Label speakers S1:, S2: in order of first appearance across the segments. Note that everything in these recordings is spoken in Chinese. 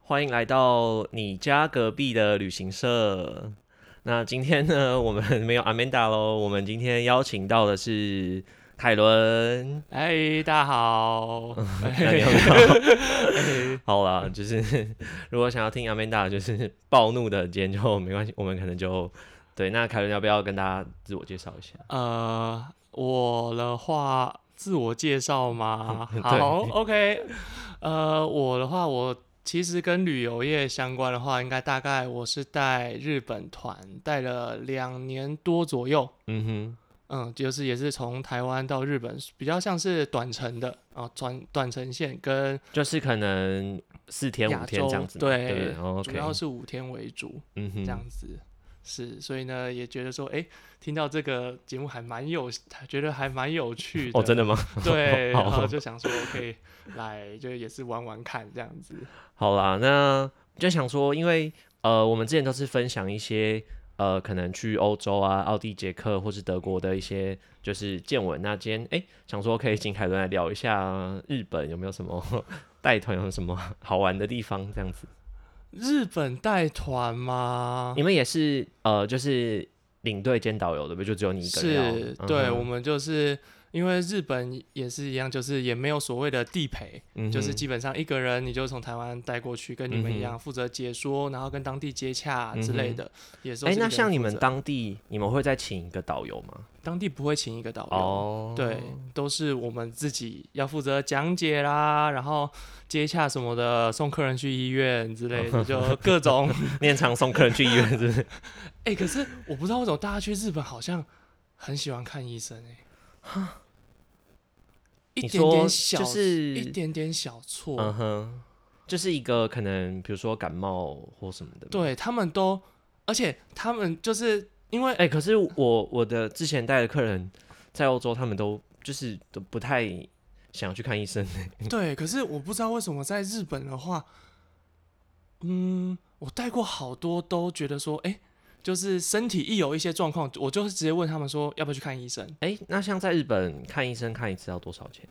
S1: 欢迎来到你家隔壁的旅行社。那今天呢，我们没有 Amanda 喽，我们今天邀请到的是凯伦。
S2: 哎，大家好。
S1: 那你要不要 好啦，就是 如果想要听 Amanda 就是暴怒的尖就没关系，我们可能就对。那凯伦要不要跟大家自我介绍一下？
S2: 呃，我的话，自我介 绍嘛，好，OK。呃，我的话，我其实跟旅游业相关的话，应该大概我是带日本团，带了两年多左右。
S1: 嗯哼，
S2: 嗯，就是也是从台湾到日本，比较像是短程的啊，短短程线跟
S1: 就是可能四天
S2: 亚
S1: 五天这样
S2: 洲，
S1: 子嘛，对不
S2: 对
S1: 对，哦
S2: 主要
S1: ，OK，
S2: 是五天为主。
S1: 嗯哼，
S2: 这样子。是，所以呢，也觉得说，哎、听到这个节目还蛮有，觉得还蛮有趣的。
S1: 哦，真
S2: 的。
S1: 的吗？
S2: 对，
S1: 好
S2: 然后就想说，我可以来，就也是玩玩看这样子。
S1: 好啦，那就想说，因为呃，我们之前都是分享一些呃，可能去欧洲啊、奥地捷克或是德国的一些就是见闻。那今天哎、诶想说可以请凯伦来聊一下日本有没有什么 带团有什么 好玩的地方这样子。啊
S2: 日本带团吗？
S1: 你们也是呃，就是领队兼导游对不对？就只有你一个人
S2: 是，
S1: 要。
S2: 对，
S1: 嗯
S2: 我
S1: 哼
S2: 们就是因为日本也是一样，就是也没有所谓的地陪，
S1: 嗯
S2: 就是
S1: 哼
S2: 基本上一个人你就从台湾带过去，跟你们
S1: 嗯
S2: 一样负责解说，然后跟当地接洽之类的，也是都
S1: 哎、
S2: 是一个
S1: 那
S2: 人负责。
S1: 像你们当地，你们会再请一个导游吗？
S2: 当地不会请一个导游。
S1: 哦，
S2: 对，都是我们自己要负责讲解啦，然后接洽什么的，送客人去医院之类 的，就各种。
S1: 你很常送客人去医院是不是？
S2: 哎、可是我不知道为什么大家去日本好像很喜欢看医生哎、一
S1: 你
S2: 点
S1: 说
S2: 点小，
S1: 就是
S2: 一点点小错，
S1: 嗯哼，就是一个可能，比如说感冒或什么的。，
S2: 对他们都，而且他们就是因为
S1: 哎、可是我我的之前带的客人在欧洲，他们都就是都不太想去看医 生。
S2: 对，可是我不知道为什么在日本的话，嗯，我带过好多都觉得说，哎、就是身体一有一些状况，我就是直接问他们说要不要去看医生。
S1: 哎、那像在日本看医生看一次要多少钱？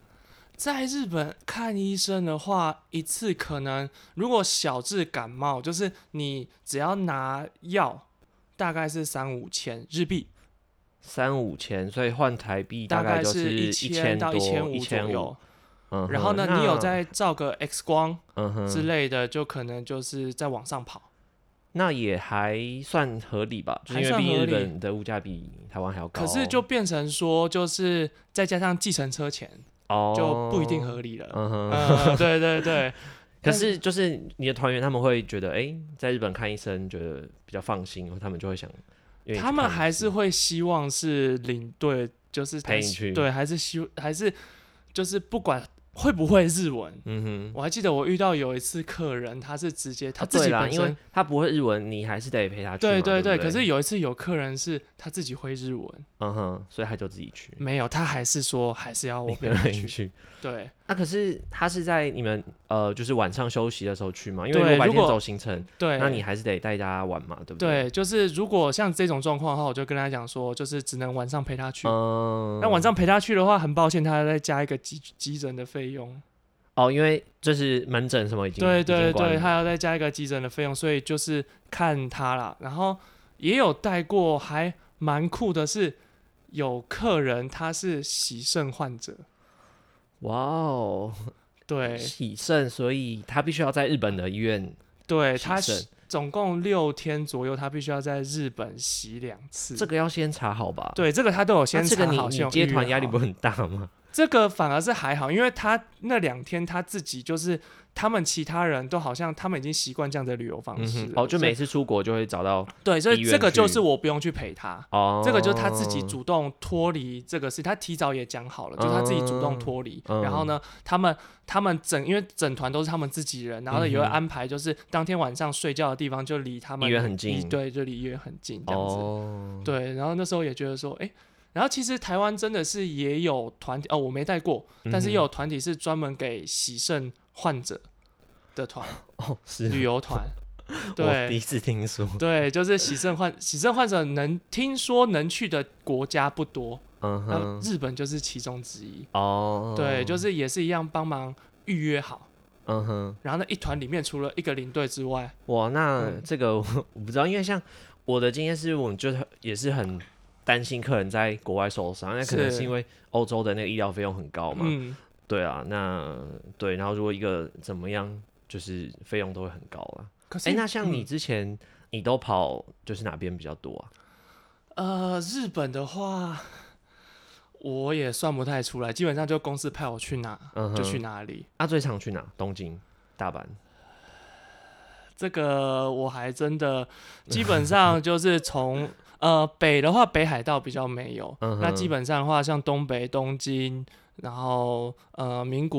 S2: 在日本看医生的话，一次可能如果小至感冒，就是你只要拿药，大概是三五千日币，
S1: 三五千，所以换台币概
S2: 概
S1: 就是一
S2: 千到
S1: 一
S2: 千
S1: 五
S2: 五左右。。
S1: 嗯哼，
S2: 然后呢，
S1: 那
S2: 你有在照个 X 光
S1: 嗯哼
S2: 之类的，就可能就是在往上跑。
S1: 那也还算合理吧，就是
S2: 还
S1: 因为
S2: 算
S1: 毕竟
S2: 合
S1: 日
S2: 理
S1: 本的物价比台湾还要高，
S2: 可是就变成说，就是再加上计程车钱，
S1: 哦
S2: 就不一定。合理了。
S1: 嗯哼，
S2: 呃，对 对对，
S1: 可
S2: 但
S1: 是就是你的团员他们会觉得，哎、在日本看医生觉得比较放心，他们就会想愿意去看医生，
S2: 他们还是会希望是领队，就是
S1: 陪
S2: 还
S1: 你
S2: 是
S1: 去
S2: 对，还是希还是就是不管会不会日文，
S1: 嗯哼，
S2: 我还记得我遇到有一次客人，他是直接他自
S1: 啊
S2: 己
S1: 对啦，
S2: 本
S1: 因为
S2: 身。
S1: 他不会日文，你还是得陪他去嘛。
S2: 对
S1: 对
S2: 对
S1: 不对，
S2: 可是有一次有客人是他自己会日文，
S1: 嗯哼，所以他就自己去，
S2: 没有，他还是说还是嗯要我
S1: 你
S2: 陪
S1: 跟
S2: 他
S1: 人
S2: 去。
S1: 去。
S2: 对，
S1: 那、可是他是在你们呃，就是晚上休息的时候去嘛，因为
S2: 对
S1: 如果白
S2: 如
S1: 天
S2: 果
S1: 走行程，
S2: 对，
S1: 那你还是得带大家玩嘛，对不对？
S2: 对，就是如果像这种状况的话，我就跟他讲说，就是只能晚上陪他去。
S1: 嗯，
S2: 那晚上陪他去的话，很抱歉，他要再加一个急急诊的费用。
S1: 哦，因为就是门诊什么已经
S2: 对
S1: 已经
S2: 对
S1: 关
S2: 对，
S1: 了
S2: 他要再加一个急诊的费用，所以就是看他啦。然后也有带过，还蛮酷的是，有客人他是洗肾患者，
S1: 哇哦，
S2: 对
S1: 喜肾，所以他必须要在日本的医院
S2: 对，
S1: 洗
S2: 他
S1: 肾
S2: 是总共六天左右，他必须要在日本洗两次。
S1: 这个要先查好吧？
S2: 对这个他都有
S1: 那
S2: 先
S1: 这
S2: 查
S1: 个你
S2: 好，先
S1: 你
S2: 有
S1: 接
S2: 预约
S1: 团压力
S2: 好
S1: 不会很大吗？
S2: 这个反而是还好，因为他那两天他自己就是他们其他人都好像他们已经习惯这样的旅游方
S1: 嗯
S2: 式
S1: 哼
S2: 了、，
S1: 哦，就
S2: 所以
S1: 每次出国就会找到
S2: 对，所
S1: 医
S2: 以
S1: 院
S2: 这个就
S1: 去
S2: 是我不用去陪他，
S1: 哦，
S2: 这个就是他自己主动脱离这个事，他提早也讲好了，就是他自己主动脱离。
S1: 嗯嗯嗯
S2: 然后呢，他们他们整因为整团都是他们自己人，然后呢
S1: 嗯哼
S2: 也会安排就是当天晚上睡觉的地方就离他们
S1: 医院很
S2: 离
S1: 近
S2: 对，就离医院很近这样子。
S1: 哦，
S2: 对，然后那时候也觉得说，哎、然后其实台湾真的是也有团体哦，我没带过，但是也有团体是专门给洗肾患者的团，
S1: 哦是
S2: 旅游团
S1: 我。第一
S2: 对
S1: 次听说，
S2: 对，就是洗肾患洗肾患者能听说能去的国家不多，
S1: 嗯
S2: 那、
S1: 哼，
S2: 日本就是其中之一。
S1: 哦，
S2: 对，就是也是一样帮忙预约好，
S1: 嗯哼，
S2: 然后那一团里面除了一个领队之外，
S1: 哇，那
S2: 嗯
S1: 这个我我不知道，因为像我的经验是，我们就是也是很担心客人在国外受伤，那可能
S2: 是
S1: 是因为欧洲的那个医疗费用很高嘛。
S2: 嗯，
S1: 对啊，那对，然后如果一个怎么样，就是费用都会很高啦。
S2: 可是、
S1: 哎、那像你之前、你都跑就是哪边比较多啊？
S2: 呃，日本的话，我也算不太出来，基本上就公司派我去哪、
S1: 嗯哼
S2: 就去哪里。
S1: 啊，最常去哪？东京、大阪。
S2: 这个我还真 的基本上就是从呃北的话，北海道比较没有，
S1: 嗯哼
S2: 那基本上的话，像东北东京，然后呃名古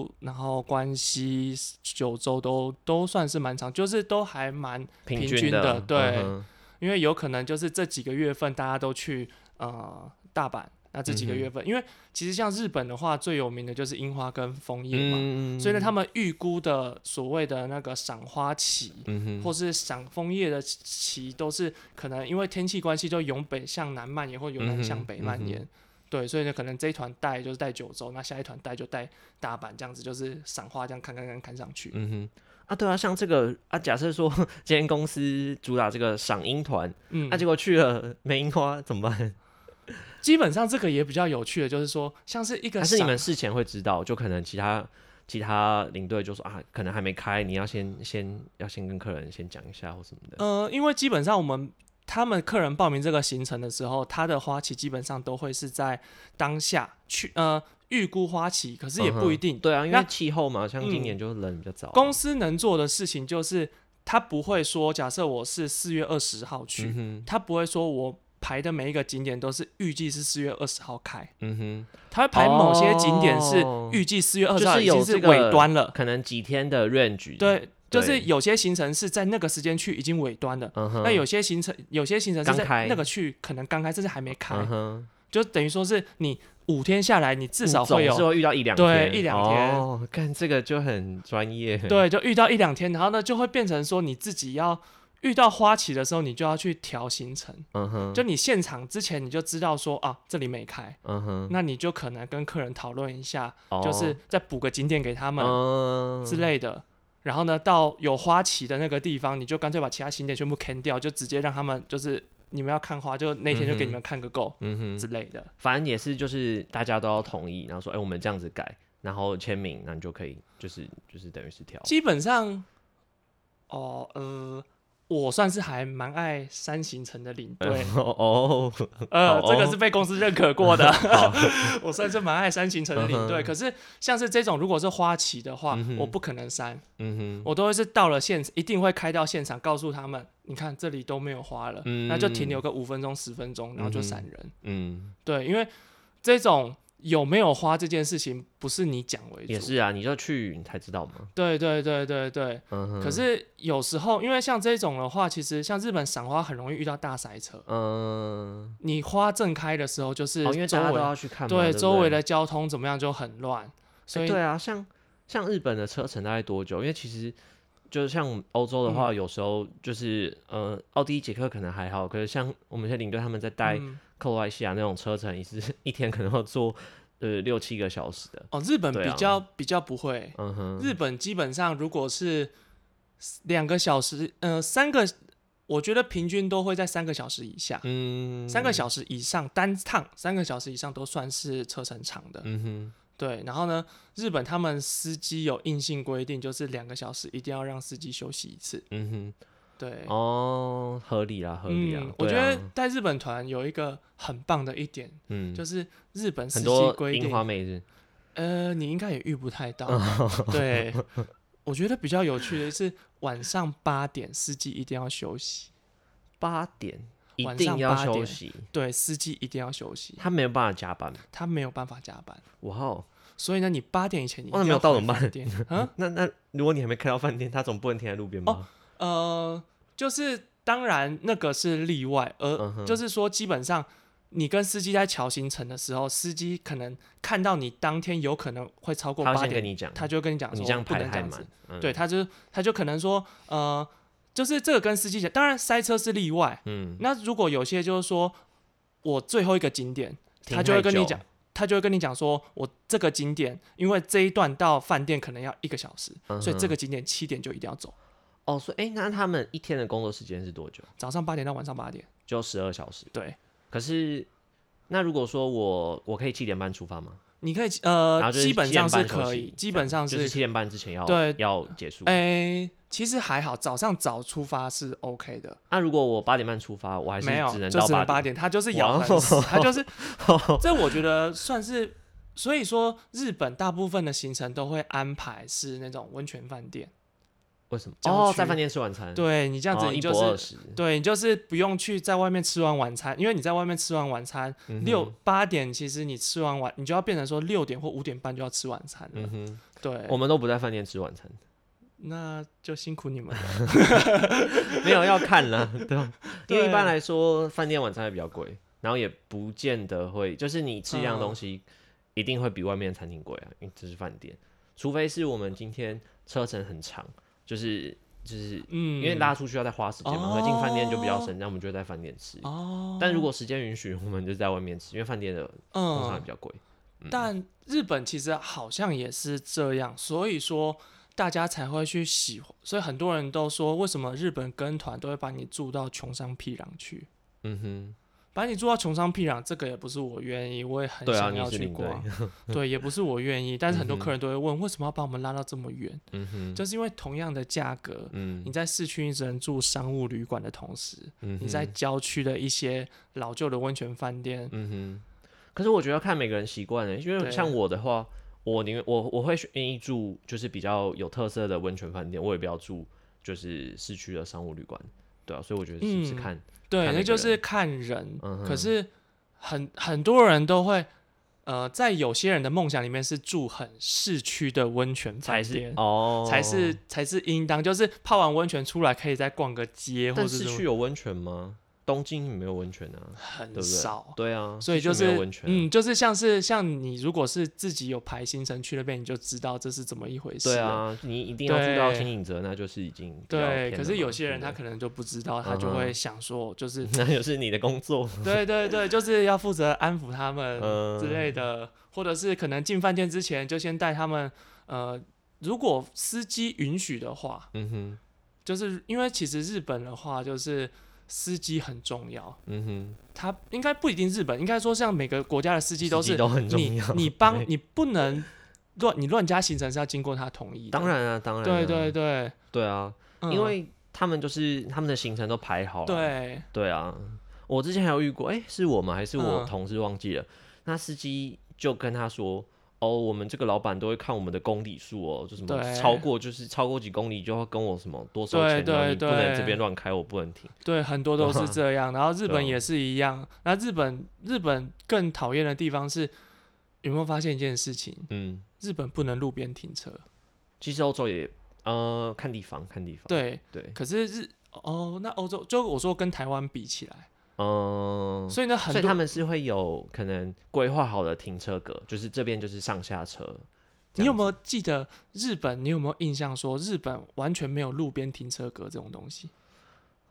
S2: 屋，然后关西、九州都都算是蛮长，就是都还蛮，平
S1: 均
S2: 均的对
S1: 嗯哼
S2: 因为有可能就是这几个月份大家都去呃大阪，那这几个
S1: 嗯哼
S2: 月份，因为其实像日本的话，最有名的就是樱花跟枫叶嘛，
S1: 嗯，
S2: 所以呢，他们预估的所谓的那个赏花期，
S1: 嗯
S2: 或
S1: 哼，
S2: 是赏枫叶的期，都是可能因为天气关系，就由北向南蔓延，或由南
S1: 嗯
S2: 向
S1: 哼
S2: 北蔓延。
S1: 嗯
S2: 对，所以呢，可能这一团带就是带九州，那下一团带就带大阪，这样子就是赏花这样看看看看上去。
S1: 嗯哼。啊，对啊，像这个啊，假设说 今天公司主打这个赏樱团，
S2: 嗯，
S1: 那、结果去了没樱花怎么办？
S2: 基本上这个也比较有趣的，就是说像是一个
S1: 还是你
S2: 赏
S1: 们事前会知道？就可能其他其他领队就说啊，可能还没开，你要先先要先跟客人先讲一下或什么的。
S2: 呃，因为基本上我们他们客人报名这个行程的时候，他的花期基本上都会是在当下去呃预估花期，可是也不一定。
S1: 对啊，因
S2: 那
S1: 为气候嘛，像今
S2: 嗯
S1: 年就冷比较早啊。
S2: 公司能做的事情就是，他不会说，假设我是四月二十号去，
S1: 嗯哼，
S2: 他不会说我排的每一个景点都是预计是四月二十号开，
S1: 嗯
S2: 他会排某些景点是
S1: 哦
S2: 预计四月二十号
S1: 就是
S2: 已
S1: 有
S2: 经是
S1: 这个
S2: 尾端了
S1: 哼，，可能几天的 range。，
S2: 对，就是
S1: 对
S2: 有些行程是在那个时间去已经尾端了。
S1: 嗯哼，
S2: 那有些行程，有些行程是
S1: 刚开
S2: 在那个去可能刚开，甚至还没开，
S1: 嗯哼，
S2: 就等于说是你五天下来，你至少
S1: 总
S2: 会有
S1: 是会遇到一两
S2: 对
S1: 天，
S2: 一两天
S1: 哦，看这个就很专业。，
S2: 对，就遇到一两天，然后呢就会变成说你自己要遇到花期的时候，你就要去调行程。
S1: 嗯哼，
S2: 就你现场之前你就知道说啊这里没开，
S1: 嗯哼，
S2: 那你就可能跟客人讨论一下，
S1: 哦
S2: 就是再补个景点给他们
S1: 嗯
S2: 之类的。然后呢，到有花期的那个地方，你就干脆把其他景点全部砍掉，就直接让他们就是你们要看花，就那天就给
S1: 嗯
S2: 你
S1: 哼
S2: 们看个够
S1: 嗯哼，
S2: 之类的。
S1: 反正也是就是大家都要同意，然后说哎、我们这样子改，然后签名，那你就可以就是就是等于是调。
S2: 基本上，哦呃，我算是还蛮爱山行程的领队，
S1: 哦，
S2: 呃，
S1: 好哦
S2: 这个是被公司认可过 的。
S1: 好，
S2: 我算是蛮爱删行程的领队，
S1: 嗯哼
S2: 可是像是这种如果是花旗的话，
S1: 嗯哼
S2: 我不可能删，
S1: 嗯哼，
S2: 我都会是到了现，一定会开到现场，告诉他们，你看这里都没有花了，
S1: 嗯
S2: 那就停留个五分钟十分钟，然后就闪人。
S1: 嗯，
S2: 对，因为这种有没有花这件事情不是你讲为主，
S1: 也是啊，你就去你才知道嘛。
S2: 对对对对对。
S1: 嗯哼，
S2: 可是有时候，因为像这种的话，其实像日本赏花很容易遇到大塞车。
S1: 嗯，
S2: 你花正开的时候，就是
S1: 哦，因为
S2: 周
S1: 大家都
S2: 围
S1: 要去看嘛，
S2: 对
S1: 不
S2: 周围的交通怎么样就很乱，所以
S1: 对啊，像像日本的车程大概多久？因为其实就是像欧洲的话，
S2: 嗯
S1: 有时候就是呃，奥地利、捷克可能还好，可是像我们一些领队他们在带
S2: 嗯
S1: 克罗埃西亚那种车程，也是 一天可能要坐呃六七个小时的。
S2: 哦，日本
S1: 对
S2: 比
S1: 啊
S2: 较、比较不会，
S1: 嗯哼，
S2: 日本基本上如果是两个小时，呃，三个，我觉得平均都会在三个小时以下，
S1: 嗯，
S2: 三个小时以上单趟三个小时以上都算是车程长的，
S1: 嗯哼，
S2: 对。然后呢，日本他们司机有硬性规定，就是两个小时一定要让司机休息一次，
S1: 嗯哼。
S2: 对。
S1: 哦，合理啦，合理啦。
S2: 嗯，我觉
S1: 对啊
S2: 得带日本团有一个很棒的一点，
S1: 嗯，
S2: 就是日本司
S1: 很
S2: 机
S1: 多
S2: 规
S1: 樱
S2: 定，
S1: 花妹日，
S2: 呃，你应该也遇不太到。
S1: 哦
S2: 对，我觉得比较有趣的是晚上八点，司机一定要休息。
S1: 八点一
S2: 晚
S1: 定
S2: 上
S1: 要
S2: 八
S1: 休
S2: 点
S1: 息，
S2: 对，司机一定要休息，
S1: 他没有办法加 班。
S2: 他没有办法加班。
S1: 哇哦，
S2: 所以呢，你八点以前你一
S1: 哦那
S2: 定
S1: 没有
S2: 要
S1: 到
S2: 回
S1: 怎么办
S2: 饭店啊？
S1: 那那如果你还没开到饭店，他总不能停在路边吧？
S2: 呃，就是当然那个是例外，
S1: 嗯
S2: 而
S1: 哼
S2: 就是说基本上。你跟司机在桥行程的时候，司机可能看到你当天有可能会超过
S1: 他会
S2: 八
S1: 先跟
S2: 点，
S1: 你讲，
S2: 他就跟你讲说
S1: 你这样
S2: 不
S1: 排
S2: 能这
S1: 太
S2: 样子
S1: 满。嗯
S2: 对，，他就他就可能说，呃，就是这个跟司机讲，当然塞车是例外。
S1: 嗯，
S2: 那如果有些就是说我最后一个景点，
S1: 停
S2: 他就会
S1: 太
S2: 跟
S1: 久嗯
S2: 你讲，他就会跟你讲说，我这个景点，因为这一段到饭店可能要一个小时，
S1: 嗯哼
S2: 所以这个景点七点就一定要走，
S1: 哦，所以哎、诶那他们一天的工作时间是多久？
S2: 早上八点到晚上八点。
S1: 就十二小时。
S2: 对，
S1: 可是那如果说我我可以七点半出发吗？
S2: 你可以
S1: 然
S2: 呃，
S1: 后就是
S2: 基本上是可
S1: 7:30休
S2: 以
S1: 息，
S2: 基本上
S1: 就是
S2: 是
S1: 七点半之前要
S2: 对
S1: 要结束。
S2: 哎、其实还好，早上早出发是 OK 的，
S1: 那、如果我八点半出发，我还是
S2: 没有
S1: 只能
S2: 就
S1: 到
S2: 只能
S1: 八
S2: 八
S1: 点。哦
S2: 点，他就是咬很死，他就是这我觉得算是，所以说日本大部分的行程都会安排是那种温泉饭店，
S1: 为什么？
S2: 郊
S1: 哦，
S2: 区
S1: 在饭店吃晚餐，，
S2: 对你这
S1: 这
S2: 样子你
S1: 哦一
S2: 就
S1: 博二
S2: 是。
S1: 十。
S2: 对你就是不用去在外面吃完晚餐，因为你在外面吃完晚餐
S1: 嗯哼
S2: 六八点，其实你吃完晚，你就要变成说六点或五点半就要吃晚餐了。
S1: 嗯哼，
S2: 对，
S1: 我们都不在饭店吃晚餐，
S2: 那就辛苦你们了。
S1: 没有要看 啦，对吧？因为
S2: 对
S1: 一般来说，饭店晚餐也比较贵，然后也不见得会，就是你吃一样
S2: 嗯
S1: 东西，一定会比外面的餐厅贵啊，因为这是饭店，除非是我们今天车程很长，就是就是
S2: 嗯，
S1: 因为拉出去要再花时间嘛，
S2: 哦
S1: 合进饭店就比较省，那我们就在饭店吃。
S2: 哦，
S1: 但如果时间允许，我们就在外面吃，因为饭店的通常也
S2: 嗯
S1: 比，较贵。
S2: 但日本其实好像也是这样，所以说大家才会去喜欢，所以很多人都说，为什么日本跟团都会把你住到穷乡僻壤去？
S1: 嗯哼，
S2: 把你住到穷乡僻壤，这个也不是我愿意，我也很
S1: 对啊
S2: 想要
S1: 你是
S2: 去
S1: 领队
S2: 逛，对，也不是我愿意。但是很多
S1: 嗯哼
S2: 客人都会问，为什么要把我们拉到这么远？
S1: 嗯哼，
S2: 就是因为同样的价格，
S1: 嗯
S2: 你在市区你只能住商务旅馆的同时，
S1: 嗯哼，
S2: 你在郊区的一些老旧的温泉饭店，
S1: 嗯哼，可是我觉得要看每个人习惯欸，因为
S2: 对
S1: 像我的话，我宁愿我我会选愿意住就是比较有特色的温泉饭店，我也不要住就是市区的商务旅馆，对啊，所以我觉得是是
S2: 嗯
S1: 看，
S2: 对，
S1: 看
S2: 那
S1: 每
S2: 就
S1: 个
S2: 是看人。
S1: 嗯哼
S2: 可是很很多人都会，呃，在有些人的梦想里面是住很市区的温泉
S1: 才
S2: 饭
S1: 是
S2: 店，
S1: 哦，
S2: 才是才是应当，就是泡完温泉出来可以再逛个街或
S1: 但
S2: 者
S1: 市
S2: 什
S1: 区
S2: 么，
S1: 有温泉吗？东京没有温泉啊，对
S2: 很
S1: 不对
S2: 少。
S1: 对啊，
S2: 哦所以
S1: 市区
S2: 就
S1: 没有
S2: 是
S1: 温，泉啊、
S2: 嗯，就是像是像你如果是自己有排行程去那边，你就知道这是怎么一回事
S1: 对
S2: 了。
S1: 啊，你一定要住到
S2: 对
S1: 新影泽，那就是已经比较
S2: 对，
S1: 偏
S2: 可
S1: 了
S2: 是
S1: 嘛
S2: 有些人他
S1: 对不
S2: 可能就不知道，他就
S1: 嗯哼
S2: 会想说，就是
S1: 对 那就是你的工作，
S2: 对对对，就是要负责安抚他们
S1: 嗯
S2: 之类的，或者是可能进饭店之前就先带他们，呃，如果司机允许的话，
S1: 嗯哼，
S2: 就是因为其实日本的话，就是司机很重要。
S1: 嗯哼，
S2: 他应该不一定日本，应该说像每个国家的司机都
S1: 司机
S2: 是
S1: 都很重
S2: 你
S1: 要
S2: 你
S1: 对
S2: 帮你不能乱你乱加行程是要经过他同意的。
S1: 当，然啊，当然、啊，
S2: 对对对，
S1: 对啊，
S2: 嗯
S1: 因为他们就是他们的行程都排好了，
S2: 对
S1: 对啊，我之前还有遇过，哎、是我们还是我
S2: 嗯
S1: 同事忘记了，那司机就跟他说。哦，我们这个老板都会看我们的公里数哦，就什么
S2: 对
S1: 超过就是超过几公里就要跟我什么多收
S2: 对
S1: 钱，然后你
S2: 对
S1: 不能这
S2: 对
S1: 边乱开，我不能停。
S2: 对，很多 都是这样。然后
S1: 对
S2: 日本
S1: 啊
S2: 也是一样。那日本日本更讨厌的地方是，有没有发现一件事情？
S1: 嗯，
S2: 日本不能路边停车。
S1: 其实欧洲也呃看地方看地方，
S2: 对，
S1: 对，
S2: 可是日哦，那欧洲就我说跟台湾比起来，
S1: 嗯，
S2: 所以呢，很
S1: 所以
S2: 多
S1: 他们是会有可能规划好的停车格，就是这边就是上下车。这
S2: 你有
S1: 样
S2: 没有记得日本？你有没有印象说日本完全没有路边停车格这种东西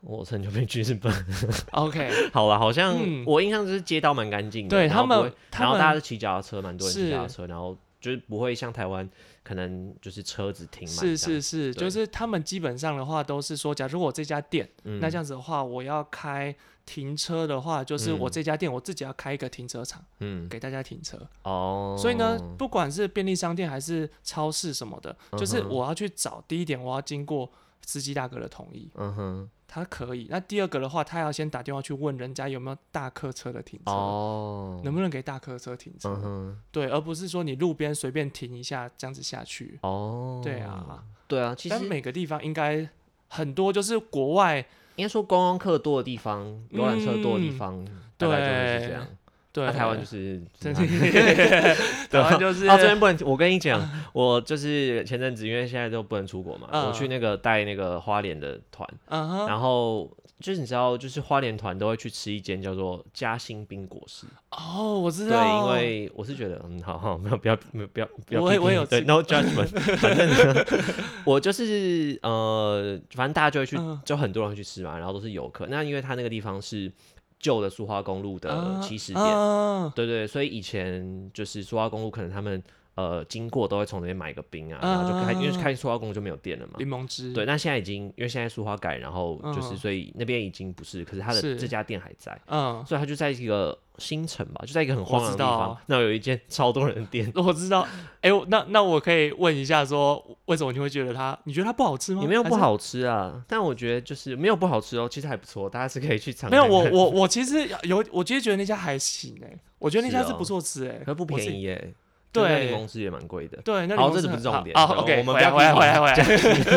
S1: 我很久没去日本，
S2: ？OK，
S1: 好了，好像、
S2: 嗯
S1: 我印象就是街道蛮干净的，
S2: 对
S1: 嗯然后
S2: 他们
S1: 不会
S2: 他
S1: 然后
S2: 们
S1: 大家都骑脚踏车，蛮多人骑
S2: 是
S1: 脚踏车，然后就是不会像台湾可能就是车子停满这
S2: 是
S1: 样，
S2: 是是，
S1: 对
S2: 就是他们基本上的话都是说，假如我这家店。
S1: 嗯，
S2: 那这样子的话，我要开停车的话，就是我
S1: 嗯
S2: 这家店我自己要开一个停车场
S1: 嗯
S2: 给大家停车。
S1: 哦，
S2: 所以呢，不管是便利商店还是超市什么的，就是
S1: 嗯哼
S2: 我要去找第一点，我要经过司机大哥的同意，
S1: 嗯哼，
S2: 他可以。那第二个的话，他要先打电话去问人家有没有大客车的停车。
S1: 哦，
S2: 能不能给大客车停车？
S1: 嗯哼，
S2: 对，而不是说你路边随便停一下这样子下去。
S1: 哦，
S2: 对，啊，
S1: 对啊，其实
S2: 但每个地方应该很多，就是国外
S1: 应该说观光客多的地方，游览车多的地
S2: 嗯
S1: 方，大概就会是
S2: 对
S1: 这样。
S2: 对、
S1: 那台湾 就是
S2: 真
S1: 是它
S2: 的，
S1: 对
S2: 台
S1: 啊
S2: 湾就是
S1: 啊，这边不能。我跟你讲， 我就是前阵子，因为现在都不能出国嘛，
S2: 嗯
S1: 我去那个带那个花莲的团，
S2: 嗯哼，
S1: 然后就是你知道，就是花莲团都会去吃一间叫做嘉兴冰果室。
S2: 哦，我知
S1: 对，
S2: 道，
S1: 因为我是觉得，嗯，好好，没有，不要， 没有，不要，不要批评，
S2: 我也我也有
S1: 对
S2: 吃
S1: ，no judgment，反正呢 我就是呃，反正大家就会去
S2: 嗯，
S1: 就很多人会去吃嘛，然后都是游客。那因为他那个地方是。旧的苏花公路的起始点。
S2: 啊
S1: 对对，所以以前就是苏花公路，可能他们呃经过都会从那边买个冰啊，然后就开，因为
S2: 啊
S1: 开苏花公路就没有店了嘛。
S2: 柠檬汁，
S1: 对，那现在已经因为现在苏花改，然后就是、
S2: 嗯
S1: 所以那边已经不是，可是他的
S2: 是
S1: 这家店还在，
S2: 嗯，
S1: 所以他就在一个新城吧，就在一个很荒凉
S2: 我
S1: 的
S2: 知
S1: 地
S2: 道
S1: 方，那有一间 超多人的 店，
S2: 我知道。哎、我那那我可以问一下说为什么你会觉得它？你觉得它不好吃吗？
S1: 也没有
S2: 还
S1: 不
S2: 是
S1: 好吃啊，但我觉得就是没有不好吃哦，其实还不错，大家是可以去尝。
S2: 没有，我，我我其实有，我其实觉得那家还行哎、我觉得那
S1: 是
S2: 家是
S1: 哦
S2: 不错吃哎、
S1: 可是不
S2: 我自
S1: 便
S2: 己。
S1: 宜耶，
S2: 对
S1: 那柠檬汁也蛮贵的。
S2: 对，那
S1: 好，
S2: 柠檬
S1: 这
S2: 汁
S1: 个不是
S2: 很
S1: 重
S2: 好
S1: 点。
S2: 啊
S1: 对
S2: OK，
S1: 我们不
S2: 回来
S1: 要
S2: 回来回来回来。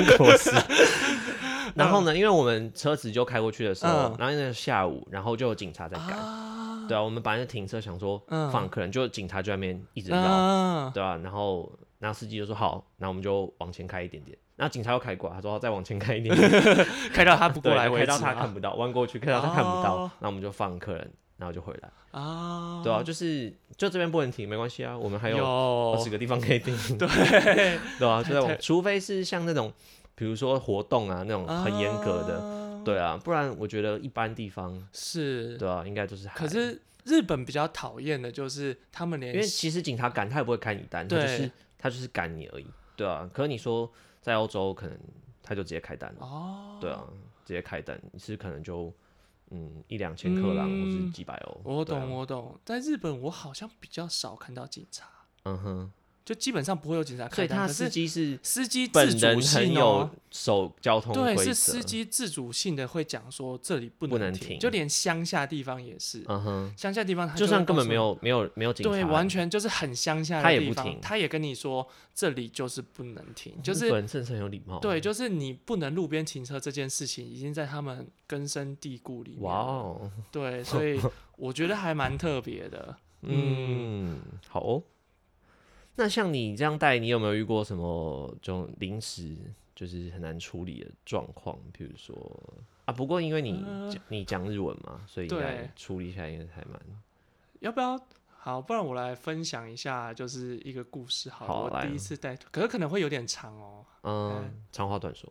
S1: 来博 士。然后呢，因为我们车子就开过去的时候
S2: 嗯，
S1: 然后那个下午，然后就有警察在 赶。
S2: 啊，
S1: 对啊，我们本来就停车想说
S2: 嗯
S1: 放客人，就警察就在那边一直绕，
S2: 啊，
S1: 对啊，然后那司机就说好，那我们就往前开一点点。那警察又开过来，啊他说再往前开一点 点，
S2: 开到他不过
S1: 对，
S2: 来
S1: 开
S2: 为止啊
S1: 到他
S2: 嘛
S1: 看不到，弯过去开到他看不到
S2: 哦，
S1: 那我们就放客人，然后就回来。
S2: 啊，
S1: 对啊，就是就这边不能停，没关系啊，我们还有
S2: 有
S1: 二十个地方可以停。 对
S2: 对，
S1: 对啊，就在
S2: 太
S1: 往，除非是像那种比如说活动啊那种很严格的，
S2: 的，
S1: 对啊，不然我觉得一般地方，
S2: 是。
S1: 对啊，应该就是还。
S2: 可是日本比较讨厌的就是他们连
S1: 因为其实警察赶他也不会开你单，他就
S2: 对
S1: 是他就是赶你而已，对啊。可是你说在欧洲，可能他就直接开单了，
S2: 哦，
S1: 对啊，直接开单，你是可能就嗯一两千克朗、或是
S2: 嗯
S1: 几百欧，
S2: 我
S1: 对啊
S2: 懂，我懂。在日本，我好像比较少看到警察，
S1: 嗯哼，
S2: 就基本上不会有警察
S1: 所
S2: 开
S1: 以
S2: 单。
S1: 他
S2: 可
S1: 司
S2: 是
S1: 机是
S2: 司机
S1: 本
S2: 自主
S1: 人很
S2: 性
S1: 有
S2: 哦，
S1: 守交通规
S2: 对，
S1: 则，
S2: 是司机自主性的会讲说这里不
S1: 不
S2: 能
S1: 能停
S2: 就连乡下地方也是，
S1: 嗯哼，
S2: 乡下地方他
S1: 就
S2: 会
S1: 算根
S2: 告
S1: 本
S2: 诉
S1: 没
S2: 你。
S1: 有没有没有警察，
S2: 对，完全就是很乡下
S1: 他
S2: 的
S1: 也
S2: 地
S1: 不
S2: 方，
S1: 停
S2: 他也跟你说这里就是不能 停，就
S1: 日
S2: 是
S1: 本人真的是很有礼貌，
S2: 对，，就是你不能路边停车这件事情已经在他们根深蒂固里面。
S1: 哇，哦，
S2: 对，所以我觉得还蛮特别的。
S1: 嗯，好哦。那像你这样带，你有没有遇过什么这种临时就是很难处理的状况？比如说啊，不过因为你、讲你讲日文嘛，所以应该
S2: 呃对
S1: 处理起来应该还蛮
S2: 要不要？好，不然我来分享一下，就是一个故事好了。
S1: 好
S2: 我
S1: 来哦
S2: 第一次带，可是可能会有点长哦。
S1: 嗯，长话短说。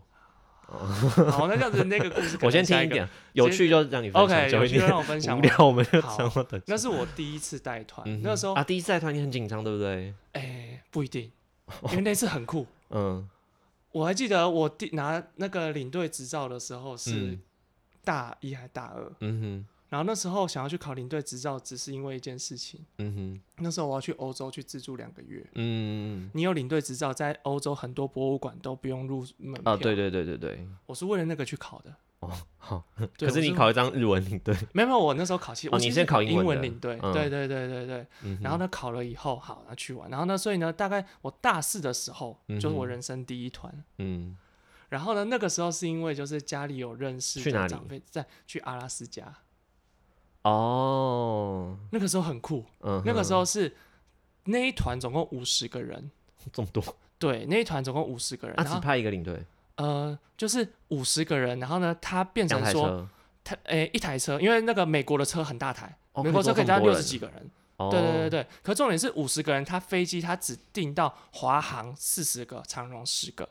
S2: 好，那这样子那个故事 可 能
S1: 我先听
S2: 下
S1: 一
S2: 个
S1: 点，有趣就让你分享
S2: OK，
S1: 久
S2: 有
S1: 一
S2: 趣就
S1: 点，
S2: 让我分享
S1: 无
S2: 完。
S1: 聊我们 就
S2: 好
S1: 长话短说。
S2: 那是我第一次带团，
S1: 嗯哼
S2: 那时候哎、
S1: 啊，第一次带团你很紧张，对不对？
S2: 不一定，因为那次很酷。
S1: 嗯，
S2: 我还记得我第拿那个领队执照的时候是
S1: 嗯
S2: 大一还是大二，
S1: 嗯
S2: 然后那时候想要去考领队执照，只是因为一件事情，
S1: 哼，嗯哼，
S2: 那时候我要去欧洲去自助两个月。
S1: 嗯，
S2: 你有领队执照，在欧洲很多博物馆都不用入门票。
S1: 啊，对，对对对对，
S2: 我是为了那个去考的。
S1: 哦，好。可
S2: 对
S1: 是你，考一张日文领队，
S2: 没有没有，我那时候考其实
S1: 哦
S2: 我
S1: 你
S2: 其实
S1: 先考英
S2: 英
S1: 文的
S2: 领队，
S1: 嗯
S2: 对对对对对。
S1: 嗯哼
S2: 然后呢，考了以后，好，那去玩。然后呢，所以呢，大概我大四的时候，
S1: 嗯哼
S2: 就是我人生第一团。
S1: 嗯，
S2: 然后呢，那个时候是因为就是家里有认识
S1: 去哪
S2: 的
S1: 里
S2: 长辈，在去阿拉斯加。
S1: 哦，
S2: 那个时候很酷，
S1: 嗯哼，
S2: 那个时候是那一团总共五十个人，
S1: 这么多，
S2: 对，那一团总共五十个人。
S1: 他
S2: 然
S1: 啊只
S2: 后
S1: 派一个领队，
S2: 呃，就是五十个人，然后呢，他变
S1: 两
S2: 成
S1: 台
S2: 说，
S1: 车，
S2: 他诶、一台车，因为那个美国的车很大台，
S1: 哦
S2: 美国车可以
S1: 这么
S2: 载
S1: 多
S2: 六
S1: 人
S2: 十几个人。
S1: 哦，
S2: 对对对对，可重点是五十个人，他飞机他只订到华航四十个，长荣十个，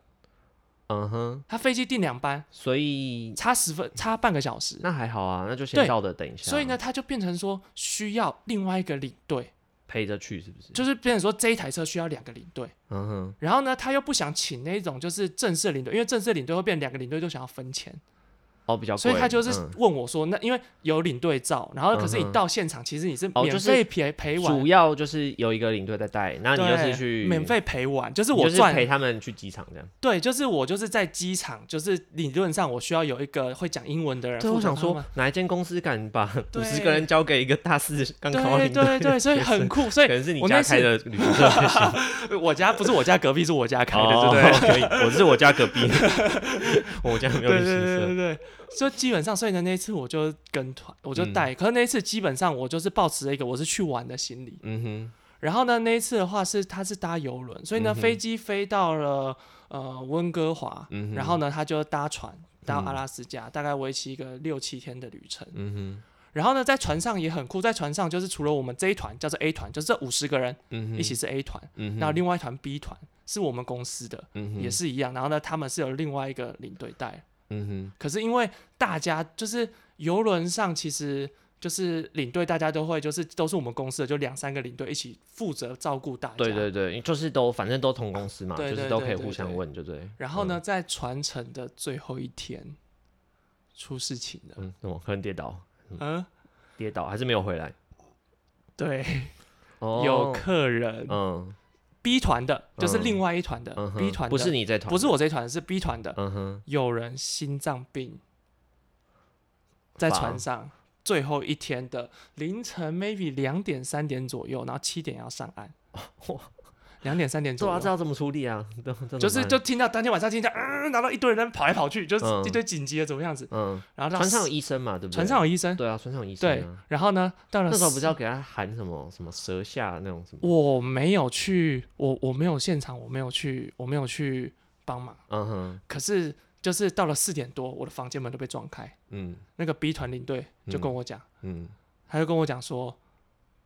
S1: 嗯哼，
S2: 他飞机订两班，
S1: 所以
S2: 差十分差半个小时，
S1: 那还好啊，那就先
S2: 对
S1: 到的等一下，
S2: 所以呢，他就变成说需要另外一个领队，
S1: 陪着去是不是？
S2: 就是变成说这一台车需要两个领队。
S1: 嗯哼，
S2: 然后呢，他又不想请那种就是正式领队，因为正式领队会变两个领队就想要分钱，
S1: 哦，比较贵，
S2: 所以他就是
S1: 嗯
S2: 问我说，那因为有领队照，然后可是
S1: 嗯
S2: 你
S1: 哼
S2: 到现场其实你是
S1: 哦
S2: 免
S1: 就是
S2: 费陪陪玩，
S1: 主要就是有一个领队在带，那你就
S2: 对啊
S1: 是去
S2: 免，费陪玩，就是
S1: 你
S2: 我
S1: 就是
S2: 赚
S1: 陪他们去机场这样。
S2: 对，就是我就是在机场，就是理论上我需要有一个会讲英文的人。
S1: 对，我想说，哪一间公司敢把五
S2: 对
S1: 十个人交给一个大四刚考完
S2: 对
S1: 领队？
S2: 对对，所以很酷。所
S1: 可
S2: 以
S1: 能是你
S2: 我
S1: 家
S2: 那次
S1: 开的旅行社才行。
S2: 我家不是我家隔壁，是我家开的，
S1: 哦
S2: 对不 对？
S1: 可以，我是我家隔 壁， 我家没有
S2: 对
S1: 旅
S2: 对对
S1: 行社。
S2: 对对，所以基本上，所以呢，那一次我就跟团，我就
S1: 嗯
S2: 带。可是那一次基本上我就是抱持了一个我是去玩的心理。
S1: 嗯哼，
S2: 然后呢，那一次的话是它是搭游轮，所以呢、
S1: 嗯哼
S2: 飞机飞到了呃温哥华，
S1: 嗯哼，
S2: 然后，呢他就搭船到阿
S1: 嗯
S2: 拉斯加，大概为期一个六七天的旅程。
S1: 嗯
S2: 然后呢，在船上也很酷，在船上就是除了我们这一团叫做 A 团，就是这五十个人
S1: 哼，嗯哼，
S2: 一起，是 A 团，
S1: 嗯哼，
S2: 那、另外一团 B 团是我们公司的，
S1: 嗯哼，
S2: 也，是一样。然后呢，他们是有另外一个领队带，
S1: 嗯哼，
S2: 可是因为大家就是游轮上其实就是领队大家都会，就是都是我们公司的，就两三个领队一起负责照顾大家。
S1: 对对对，就是都反正都同公司嘛，
S2: 对
S1: 就是
S2: 对
S1: 都
S2: 对
S1: 可以
S2: 对
S1: 互相
S2: 对
S1: 问，对不对？
S2: 然后呢，在传承的最后一天出事情了。
S1: 嗯，怎么可能跌倒？
S2: 嗯，
S1: 跌倒还是没有回来？
S2: 对，
S1: 哦，
S2: 有客人
S1: 嗯
S2: B 团的，就是
S1: 嗯
S2: 另外一团的
S1: 嗯哼
S2: B 团的，
S1: 不是你在团，
S2: 不是，我这一团，是 B 团的，
S1: 嗯哼，
S2: 有人心脏病，在船
S1: 哇哦
S2: 上最后一天的凌晨，maybe 两点三点左右，然后七点要上岸。
S1: 哇，
S2: 两点三点
S1: 对
S2: 左
S1: 啊，这
S2: 右，
S1: 要怎么处理啊？都 都
S2: 就
S1: 怎
S2: 是
S1: 么
S2: 就听到当天晚上听到，嗯，然后一堆人在那边跑来跑去，就是
S1: 嗯
S2: 一堆紧急的怎么样子，
S1: 办嗯，
S2: 然后到
S1: 船上有医生嘛，对不对？
S2: 船上有医生，
S1: 对啊，船上有医生
S2: 对
S1: 啊。，
S2: 然后呢，到了
S1: 那时候不
S2: 四
S1: 是要给他喊什么什么舌下那种什么？
S2: 我没有去，我我没有现场，我没有去，我没有去帮忙。
S1: 嗯哼，
S2: 可是就是到了四点多，我的房间门都被撞开，
S1: 嗯
S2: 那个 B 团领队就跟我讲，
S1: 嗯
S2: 他就跟我讲说，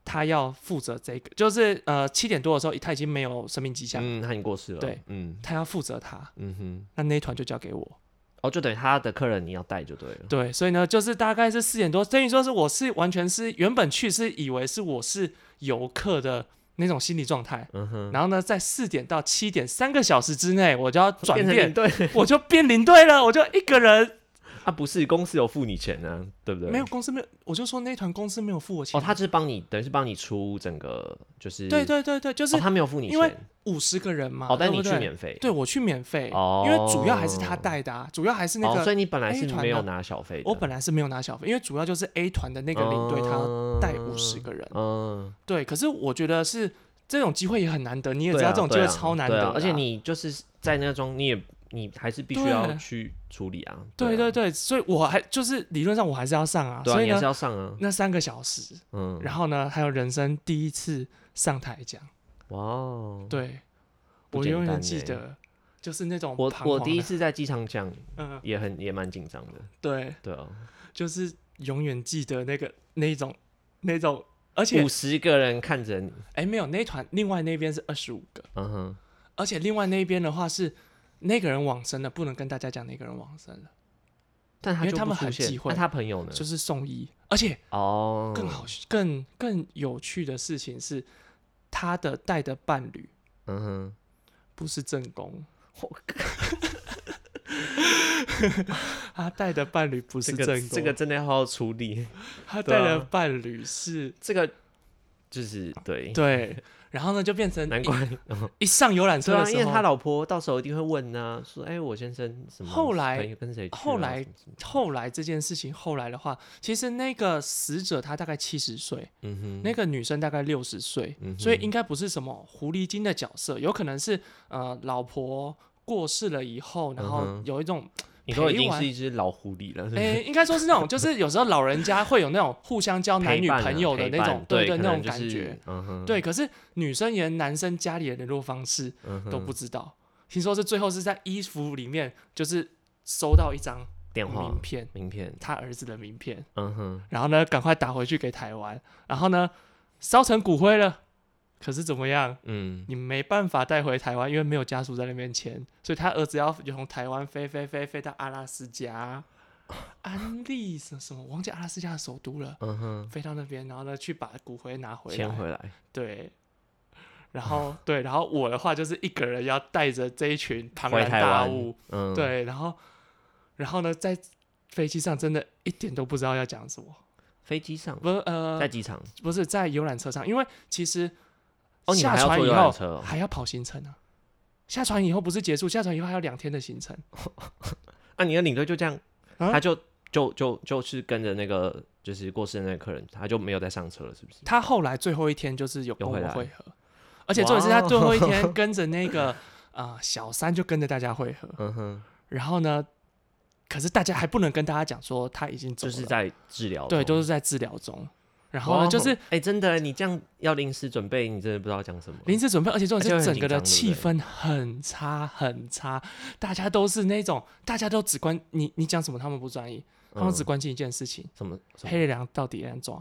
S2: 他要负责这个，就是呃七点多的时候他已经没有生命迹象，
S1: 嗯，他已经过世了。
S2: 对，
S1: 嗯
S2: 他要负责他，
S1: 嗯哼，
S2: 那那一团就交给我。
S1: 哦，就等于他的客人你要带就对了。
S2: 对，所以呢，就是大概是四点多，等于说是我是完全是原本去是以为是我是游客的那种心理状态，
S1: 嗯哼，
S2: 然后呢，在四点到七点三个小时之内，我就要转
S1: 变成
S2: 变
S1: 领，队
S2: 我就变领队了，我就一个人，
S1: 啊，不是公司有付你钱呢、啊，对不对？
S2: 没有公司没有，我就说那一团公司没有付我钱。
S1: 哦，他就是帮你，等于是帮你出整个，就是
S2: 对对对对，就是
S1: 哦，他没有付你钱，
S2: 因为五十个人嘛，
S1: 哦，但你
S2: 对不
S1: 去
S2: 对
S1: 免费，
S2: 对我去免费，
S1: 哦
S2: 因为主要还是他带的、啊，主要还是那
S1: 哦，所
S2: 个、
S1: 以你本来
S2: A
S1: 是
S2: 团
S1: 没
S2: 的
S1: 有拿小费的，
S2: 我本来是没有拿小费，因为主要就是 A 团的那个领队他要带五十个人，
S1: 嗯，
S2: 对，可是我觉得是这种机会也很难得，你也知
S1: 对
S2: 道
S1: 啊
S2: 这种机
S1: 对
S2: 会
S1: 啊
S2: 超难
S1: 对
S2: 得、
S1: 啊，而且。你就是在那中，你也你还是必须要
S2: 对
S1: 去处理啊，
S2: 对
S1: 对啊
S2: 对对，所以我还就是理论上我还是要上啊，
S1: 对啊，
S2: 所以
S1: 你还是
S2: 呢，
S1: 要上啊，
S2: 那三个小时，
S1: 嗯，
S2: 然后呢，还有人生第一次上台讲，
S1: 哇哦，
S2: 对
S1: 不
S2: 我
S1: 简
S2: 永远
S1: 单
S2: 记
S1: 欸
S2: 得，就是那种
S1: 我
S2: 彷
S1: 我
S2: 徨
S1: 第一
S2: 的，
S1: 次在机场讲
S2: 嗯，
S1: 也很也蛮紧张的，
S2: 对，
S1: 对啊，
S2: 就是永远记得那个那一种那种，而且
S1: 五十个人看着你，
S2: 哎没有那一团，另外那边是二十五个，
S1: 嗯哼，
S2: 而且另外那边的话是那个人往生了，不能跟大家讲那个人往生了，
S1: 但他
S2: 因为
S1: 就
S2: 他
S1: 不
S2: 们
S1: 出
S2: 很
S1: 现
S2: 忌
S1: 那
S2: 讳
S1: 他朋友呢？
S2: 就是送医，而且
S1: 哦，
S2: 更好更更有趣的事情是，他的带的伴侣
S1: 嗯哼。
S2: 不是正宫
S1: 我。
S2: 他带的伴侣不是
S1: 这
S2: 正
S1: 个
S2: 宫，
S1: 这个真的要好好处 理，
S2: 他
S1: 对啊
S2: 带的伴 侣是
S1: 这个就是对，
S2: 对，然后呢就变成
S1: 难
S2: 一
S1: 怪
S2: 一上游览车
S1: 对
S2: 的
S1: 啊，因为
S2: 时
S1: 他
S2: 候，
S1: 老婆到时候一定会问呢、说哎、我先生什么
S2: 后来
S1: 朋友跟谁去啊、
S2: 后来
S1: 什么什么
S2: 后来这件事情后来的话，其实那个死者他大概七十岁，
S1: 嗯哼，
S2: 那个女生大概六十岁，
S1: 嗯哼
S2: 所以应该不是什么狐狸精的角色，有可能是呃老婆过世了以后，
S1: 嗯
S2: 然后
S1: 哼
S2: 有 一种
S1: 你都已
S2: 陪哎
S1: 经
S2: 玩
S1: 是一只老狐狸了，是不是
S2: 诶、应该说是那种，就是有时候老人家会有那种互相交 男
S1: 陪
S2: 女
S1: 伴啊
S2: 朋友的
S1: 陪
S2: 那种
S1: 伴，
S2: 对
S1: 对
S2: 对，
S1: 可
S2: 那
S1: 能
S2: 种
S1: 就
S2: 感
S1: 是
S2: 觉。
S1: 嗯哼，
S2: 对，可是女生连男生家里的联络方式
S1: 嗯哼
S2: 都不知道，听说是最后是在衣服里面，就是收到一张
S1: 电话
S2: 名片，
S1: 名片，
S2: 他儿子的名片，
S1: 嗯哼，
S2: 然后呢，赶快打回去给台湾，然后呢，烧成骨灰了。可是怎么样？
S1: 嗯，
S2: 你没办法带回台湾，因为没有家属在那边签，所以他儿子要从台湾飞飞飞飞到阿拉斯加，安利什么什么，忘记阿拉斯加的首都了，
S1: 嗯哼，
S2: 飞到那边，然后呢去把骨灰拿回来，
S1: 签回来，
S2: 对，然 后对，然后我的话就是一个人要带着这一群庞
S1: 回
S2: 然
S1: 台
S2: 大
S1: 湾
S2: 物，，
S1: 嗯，，
S2: 对，然后然后呢在飞机上真的一点都不知道要讲什么，
S1: 飞机上，
S2: 不呃
S1: 在机场，
S2: 不是在游览车上，因为其实
S1: 哦你们
S2: 下
S1: 还要
S2: 船
S1: 坐
S2: 以
S1: 游览
S2: 后
S1: 车哦
S2: 还要跑行程啊。下船以后不是结束，下船以后还有两天的行程。
S1: 啊，你的领队就这样，
S2: 啊
S1: 他就就就就是跟着那个就是过世的那个客人，他就没有再上车了，是不是？
S2: 他后来最后一天就是有跟我
S1: 有回
S2: 们
S1: 来
S2: 会合，而且重点是他最后一天跟着那个啊、呃小三就跟着大家会合，
S1: 嗯哼，
S2: 然后呢，可是大家还不能跟大家讲说他已经
S1: 就
S2: 走了，
S1: 是在治疗中，
S2: 对，都是在治疗中。然后
S1: 哇
S2: 呢，就是
S1: 哎、真的，你这样要临时准备，你真的不知道讲什么。
S2: 临时准备，而且重
S1: 而且
S2: 点
S1: 会
S2: 是
S1: 很
S2: 整个的
S1: 紧
S2: 气
S1: 张
S2: 氛很差很差，大家都是那种大家都只关你你讲什么他们不专业，他们
S1: 嗯
S2: 只关心一件事情：
S1: 什么什么
S2: 黑良到底安怎？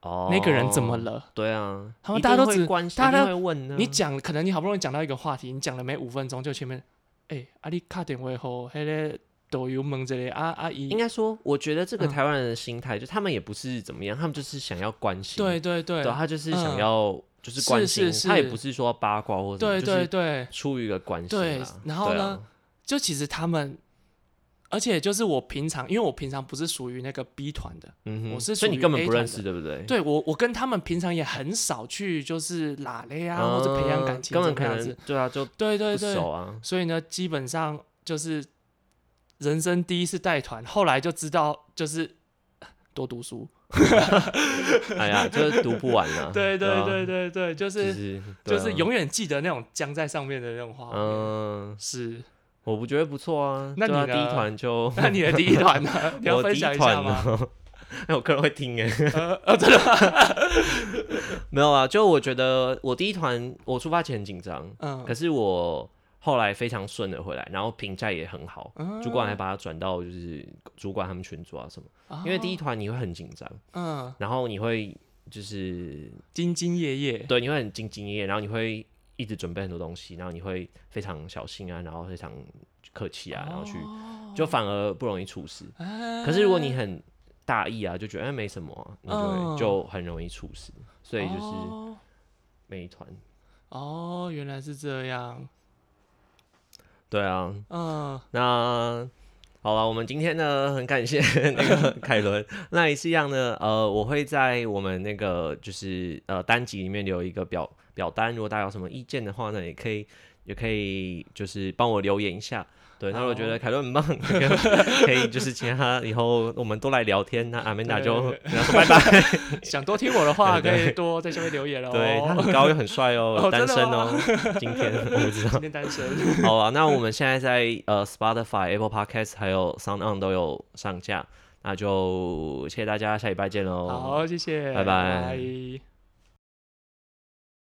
S1: 哦，
S2: 那个人怎么？了？
S1: 对啊，
S2: 他们
S1: 一
S2: 大家
S1: 定
S2: 都
S1: 会
S2: 只
S1: 关心，
S2: 大家
S1: 一定会问呢。
S2: 你讲可能你好不容易讲到一个话题，你讲了没五分钟就前面，哎、啊你卡点位后，黑个抖油门这类啊啊姨
S1: 应，该说，我觉得这个
S2: 嗯
S1: 台湾人的心态，就他们也不是怎么样，他们就是想要关心，
S2: 对对对，
S1: 对，啊他就是想
S2: 嗯
S1: 要就是关心，
S2: 是是
S1: 他也
S2: 是
S1: 不是说八卦或者什么
S2: 对对
S1: 就是
S2: 对，
S1: 出于一个关心、啊，
S2: 对然后
S1: 对啊
S2: 呢？就其实他们，而且就是我平常，因为我平常不是属于那个 B 团的，
S1: 嗯哼，
S2: 我是
S1: 所以
S2: 属
S1: 你
S2: 于
S1: 根本
S2: A
S1: 不
S2: 团
S1: 认
S2: 的
S1: 识，对不对？
S2: 对我我跟他们平常也很少去就是拉嘞啊，或者培养感
S1: 嗯
S2: 情，
S1: 根本
S2: 这
S1: 可
S2: 样子
S1: 能，对啊，就
S2: 对对
S1: 不
S2: 对，
S1: 熟 啊，
S2: 所以呢，基本上就是人生第一次带团，后来就知道就是多读书，
S1: 哎呀，就是读不完啊，
S2: 对对
S1: 啊
S2: 对，对对，就
S1: 就是是对
S2: 就是
S1: 啊
S2: 永远记得那种僵在上面的那种画面。
S1: 嗯，
S2: 是，
S1: 我不觉得不错啊，
S2: 那
S1: 对啊
S2: 你
S1: 第一
S2: 呢
S1: 团就
S2: 那你的第一团呢？ 你要
S1: 我
S2: 分
S1: 第一
S2: 享一下
S1: 团
S2: 吗？呃哦
S1: 呢， 哎，我可能会听哎，真的 没有啊，就我觉得我第一团我出发前很紧张，
S2: 嗯
S1: 可是我后来非常顺的回来，然后评价也很好，
S2: 嗯
S1: 主管还把它转到就是主管他们群组啊什么，因为第一
S2: 哦
S1: 团你会很紧张，
S2: 嗯，
S1: 然后你会就是
S2: 兢兢业业，
S1: 对，你会很兢兢业业，然后你会一直准备很多东西，然后你会非常小心啊，然后非常客气啊，
S2: 哦
S1: 然后去、就反而不容易出事。
S2: 哎
S1: 可是如果你很大意啊，就觉得哎没什么啊、你就会、
S2: 嗯
S1: 就很容易出事。所以就是
S2: 哦
S1: 每一团，
S2: 哦，原来是这样，
S1: 对啊，
S2: 嗯，
S1: 那。好了，我们今天呢很感谢 那 个凯伦。那也是一样的，呃，我会在我们那个就是呃单集里面留一个表表单，如果大家有什么意见的话呢，也可以也可以就是帮我留言一下。对，那我觉
S2: 哦
S1: 得凯伦很棒，可 以可以就是请他以后我们多来聊天。那阿美达就
S2: 对
S1: 然后拜拜。
S2: 想多听我 的话，
S1: 对
S2: 可
S1: 对
S2: 以多在下面留言哦。
S1: 对他很高又很帅哦，
S2: 哦
S1: 单
S2: 真的
S1: 身哦。今天 我不知道。
S2: 今天单 身，
S1: 好啊，那我们现在在呃 Spotify、Apple Podcast 还有 Sound On 都有哦上架，那就谢谢大家，下礼拜见喽。
S2: 好，谢谢，
S1: 拜拜
S2: 拜